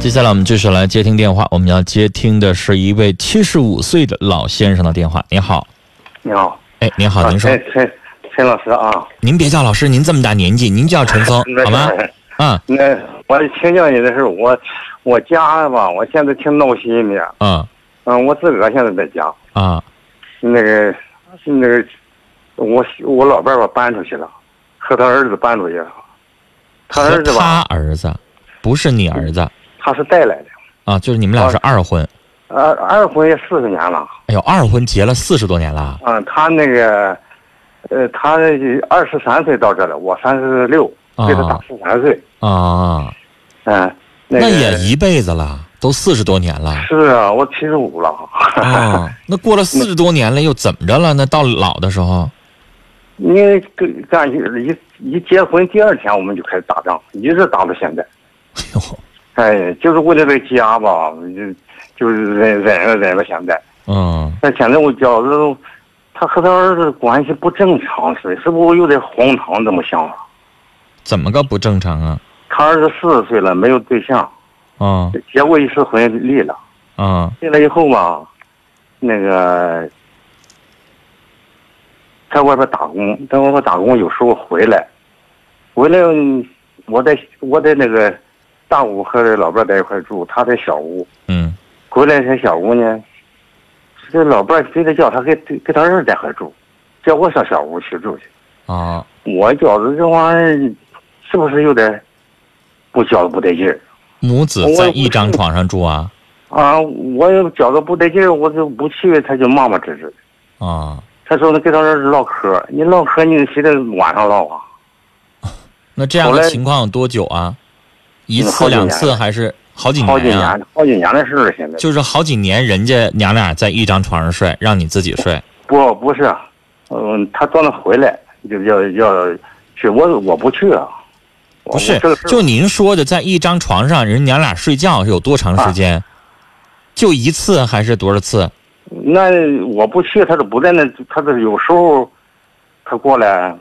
接下来我们继续来接听电话，我们要接听的是一位七十五岁的老先生的电话。您好，你好，哎，您好，啊您说，陈陈陈老师啊，您别叫老师，您这么大年纪，您叫陈峰 那好吗？是啊那我请教你的是，我我家吧，我现在挺闹心的。啊嗯，我自个儿现在在家，啊那个那个，我我老伴儿吧搬出去了，和他儿子搬出去了。他和儿子吧，他儿子，不是你儿子他是带来的，啊，就是你们俩是二婚。二二婚也四十年了。哎呦，二婚结了四十多年了，嗯，他那个，呃，他二十三岁到这了，我三十六，比他大啊十三岁。啊，嗯，那那个也一辈子了，都四十多年了是啊，我七十五了。啊。 那过了四十多年了，又怎么着了？那到老的时候， 你跟干一一结婚第二天我们就开始打仗，一直打到现在。哎呦，哎，就是为了这个家吧，就就是忍忍了忍了现在。嗯。但现在我觉着，他和他儿子关系不正常似的，是不是我有点荒唐这么想法？怎么个不正常啊？他儿子四十岁了，没有对象，啊结过一次婚，离了。啊离了以后吧，那个在外边打工，在外边打工，有时候回来，回来嗯我在我在那个大屋和老伴儿在一块儿住，他在小屋。嗯回来这小屋呢，这老伴儿非得叫他跟跟他儿子在一块儿住，叫我上小屋去住去。啊我觉着这玩意儿是不是有点，我觉着不对劲儿母子在一张床上住啊啊？我也觉着不对劲儿，我就不去，他就骂骂咧咧。啊！他说呢，跟他儿子唠嗑，你唠嗑你非得晚上唠啊？那这样后的来情况有多久啊？一嗯好次几两年次还是好几好几年啊？年，好几年的事了，现在就是好几年，人家娘俩在一张床上睡，让你自己睡不不是，嗯、他到那回来就要要去，我我不去啊，我不是我这个事？儿就您说的，在一张床上，人娘俩睡觉有多长时啊间？就一次还是多少次？那我不去，他都不在那，他这有时候他过来，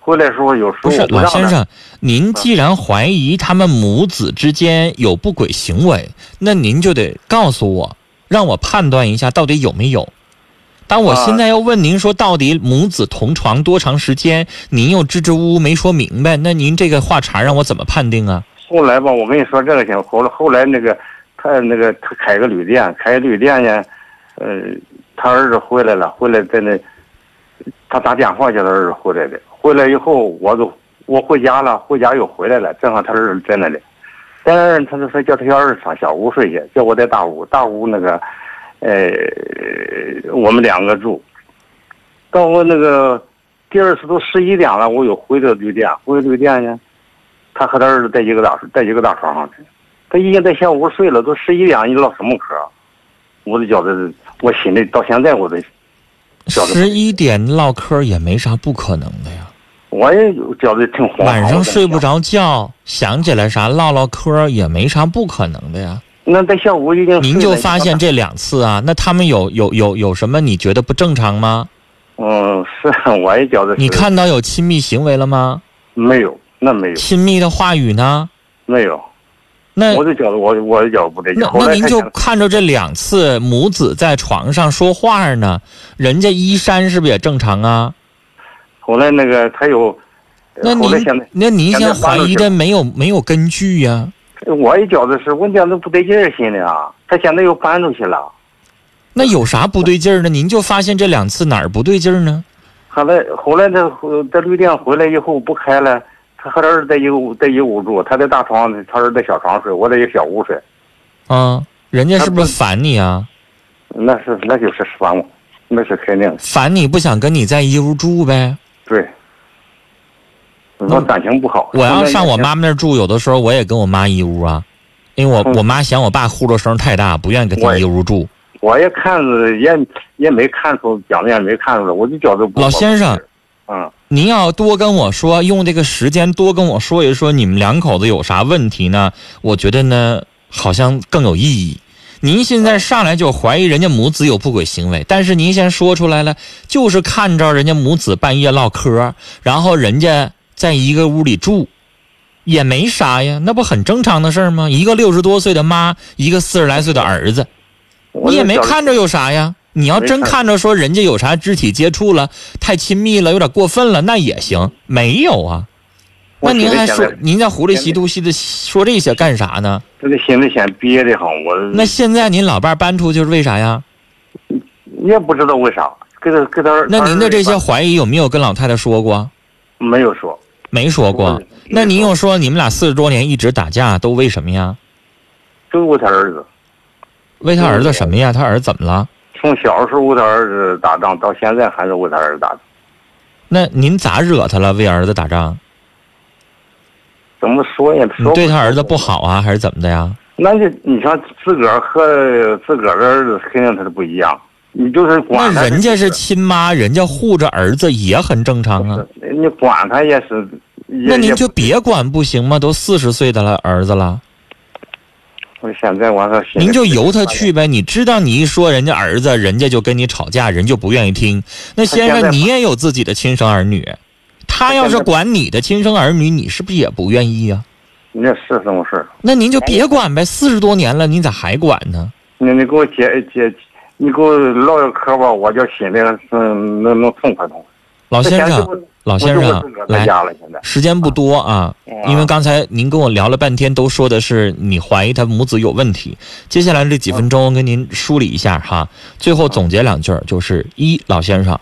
回来的时候有时不候是我不老让先他，生，您既然怀疑他们母子之间有不轨行为，那您就得告诉我，让我判断一下到底有没有。当我啊现在要问您说到底母子同床多长时间，您又支支吾吾没说明白，那您这个话茬让我怎么判定啊？后来吧，我跟你说这个情况，后来后来那个他那个他开个旅店，开个旅店呢，呃，他儿子回来了，回来在那，他打电话叫他儿子回来的，回来以后我就我回家了，回家又回来了，正好他儿子在那里，在那儿他就说叫他儿子上小屋睡去，叫我在大屋，大屋那个，呃，我们两个住，到我那个第二次都十一点了，我又回到旅店，回到旅店呢。他和他儿子在一个大在一个大床上去，他已经在小屋睡了，都十一点，你唠什么嗑啊？我就觉得，我心里到现在我都，小的十一点唠嗑也没啥不可能的呀，我也觉得挺荒唐。晚上我在睡不着想，觉，想起来啥唠唠嗑也没啥不可能的呀。那在小屋已 经您睡就了发现，这两次啊，那他们有有有有什么你觉得不正常吗？嗯，是，我也觉得是你看到有亲密行为了吗？没有，那没有，亲密的话语呢？没有，那我就觉得我我也觉得不对劲。那后那来您他就想看着这两次母子在床上说话呢，人家衣衫是不是也正常啊？后来那个他有，那后来您现在那您现现在在怀搬出疑去的没有没有根据呀、我也觉得是，我觉得不对劲儿，心里啊，他现在又搬出去了。那有啥不对劲儿呢？您就发现这两次哪儿不对劲儿呢？后来后来他回在旅店回来以后不开了，他和他儿子在一个屋在一屋住，他在大床，他儿子在小床睡，我在一个小屋睡。啊，人家他是不是不烦你啊？那是那就是烦我，那是肯定的烦你不想跟你在一屋住呗？对。那我感情不好。嗯我要上我现在妈妈那儿住，有的时候我也跟我妈一屋啊，因为我、嗯我妈嫌我爸呼噜声太大，不愿意跟他我一屋住。也，我也看着也也没看出，讲的也没看出来，我就觉得不老先生，嗯，您要多跟我说，用这个时间多跟我说一说你们两口子有啥问题呢？我觉得呢，好像更有意义。您现在上来就怀疑人家母子有不轨行为，但是您先说出来了，就是看着人家母子半夜唠嗑，然后人家在一个屋里住，也没啥呀，那不很正常的事儿吗？一个六十多岁的妈，一个四十来岁的儿子，我你也那没小看着有啥呀。你要真没看看着说人家有啥肢体接触了，太亲密了，有点过分了，那也行。没有啊，我那您心里还现说在您在糊里稀涂稀的说这些干啥呢？这个心里先憋得慌，我那现在您老伴儿搬出去是为啥呀？也不知道为啥，跟他跟他那您的这些他儿子怀疑有没有跟老太太说过？没有说，没说过没有。那您又说你们俩四十多年一直打架，都为什么呀？就为他儿子，为他儿子什么呀？他儿子怎么了？从小时候为他儿子打仗，到现在还是为他儿子打仗，那您咋惹他了？为儿子打仗？怎么说也你说对不他儿子出不好啊，还是怎么的呀？那就你像自个儿和自个儿的儿子，肯定他都不一样。你就是那管他，人家是亲妈，人家护着儿子也很正常啊。你管他也是。也那您也就别管不行吗？都四十岁的了，儿子了，我现在完了，您就由他。去呗。你知道，你一说人家儿子，人家就跟你吵架，人就不愿意听。那先他现在生，你也有自己的亲生儿女，他要是管你的亲生儿女，你是不是也不愿意啊？你这是怎么回事？那您就别管呗，四十多年了，您咋还管呢？你你给我解解，你给我唠一嗑吧，我就心里嗯能能痛快痛快。老这先钱生就，我老先我就我生自啊个儿，在来，家了，现在。时间不多啊，嗯因为刚才您跟我聊了半天，都说的是你怀疑他母子有问题。接下来这几分钟跟您梳理一下哈，最后总结两句儿，就是一，老先生，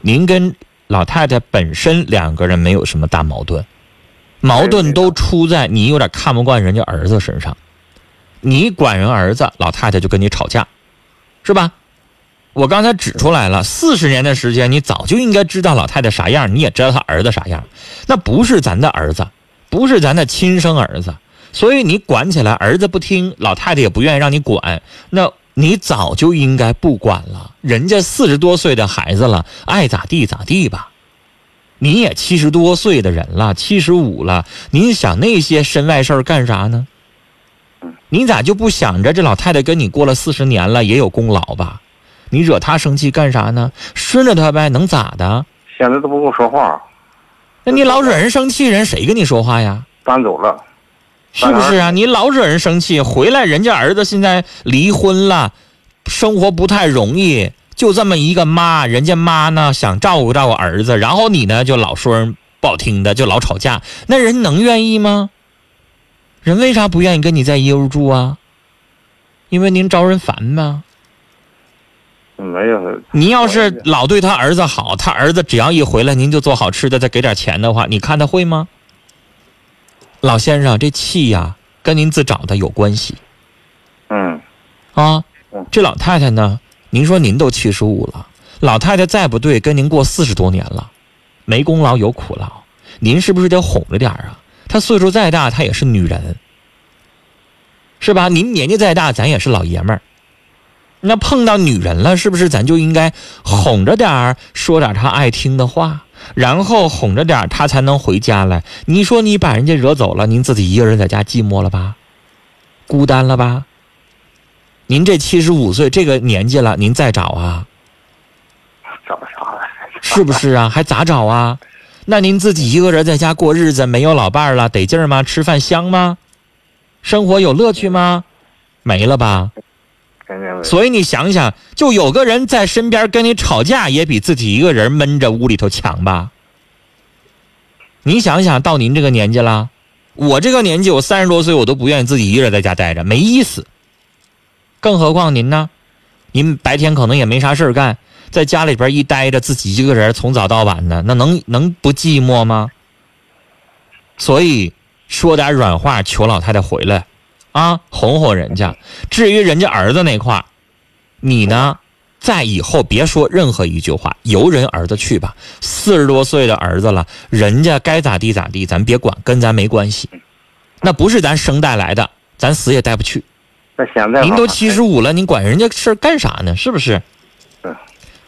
您跟老太太本身两个人没有什么大矛盾，矛盾都出在你有点看不惯人家儿子身上，你管人儿子，老太太就跟你吵架，是吧？我刚才指出来了，四十年的时间，你早就应该知道老太太啥样，你也知道她儿子啥样。那不是咱的儿子，不是咱的亲生儿子，所以你管起来，儿子不听，老太太也不愿意让你管，那你早就应该不管了。人家四十多岁的孩子了，爱咋地咋地吧。你也七十多岁的人了，七十五了，您想那些身外事儿干啥呢？你咋就不想着这老太太跟你过了四十年了，也有功劳吧？你惹她生气干啥呢？顺着她呗，能咋的？现在都不跟我说话，那你老惹人生气，人谁跟你说话呀？搬走了。是不是啊？你老惹人生气，回来人家儿子现在离婚了，生活不太容易，就这么一个妈，人家妈呢想照顾照顾儿子，然后你呢就老说人不好听的，就老吵架，那人能愿意吗？人为啥不愿意跟你在一屋住啊？因为您招人烦吗？没有，您要是老对他儿子好，他儿子只要一回来，您就做好吃的，再给点钱的话，你看他会吗？老先生，这气呀、跟您自找的有关系嗯，啊嗯。这老太太呢，您说您都七十五了，老太太再不对，跟您过四十多年了，没功劳有苦劳，您是不是得哄着点儿啊？她岁数再大，她也是女人，是吧？您年纪再大，咱也是老爷们儿。那碰到女人了，是不是咱就应该哄着点儿，说点儿她爱听的话，然后哄着点儿她才能回家来？你说你把人家惹走了，您自己一个人在家寂寞了吧，孤单了吧？您这七十五岁这个年纪了，您再找啊，找啥了？是不是啊？还咋找啊？那您自己一个人在家过日子，没有老伴儿了，得劲儿吗？吃饭香吗？生活有乐趣吗？没了吧？肯定没有。所以你想想，就有个人在身边跟你吵架，也比自己一个人闷着屋里头强吧？你想想，到您这个年纪了，我这个年纪，我三十多岁，我都不愿意自己一个人在家待着，没意思。更何况您呢？您白天可能也没啥事儿干，在家里边一待着，自己一个人从早到晚的，那能能不寂寞吗？所以说点软话，求老太太回来，啊，哄哄人家。至于人家儿子那块儿，你呢，在以后别说任何一句话，由人儿子去吧。四十多岁的儿子了，人家该咋地咋地，咱别管，跟咱没关系。那不是咱生带来的，咱死也带不去。那现在您都吧七十五了，您管人家事儿干啥呢？是不是是？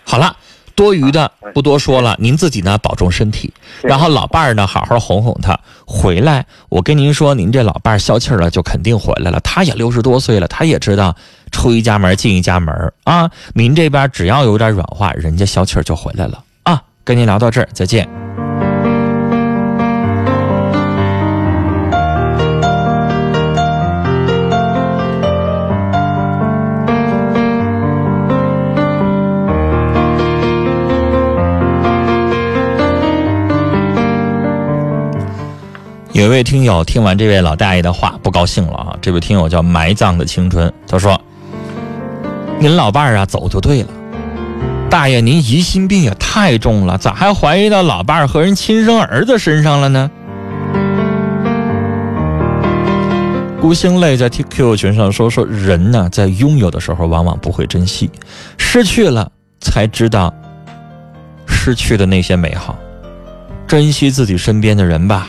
好了，多余的哎不多说了，您自己呢保重身体，是然后老伴儿呢好好哄哄他。回来，我跟您说，您这老伴儿消气儿了就肯定回来了，他也六十多岁了，他也知道出一家门进一家门儿啊。您这边只要有点软化，人家消气儿就回来了啊。跟您聊到这儿，再见。有一位听友听完这位老大爷的话不高兴了啊！这位听友叫埋葬的青春，他说：“您老伴儿啊走就对了，大爷您疑心病也太重了，咋还怀疑到老伴儿和人亲生儿子身上了呢？”孤星泪在 TQ 群上说：“说人呢、在拥有的时候往往不会珍惜，失去了才知道失去的那些美好。珍惜自己身边的人吧。”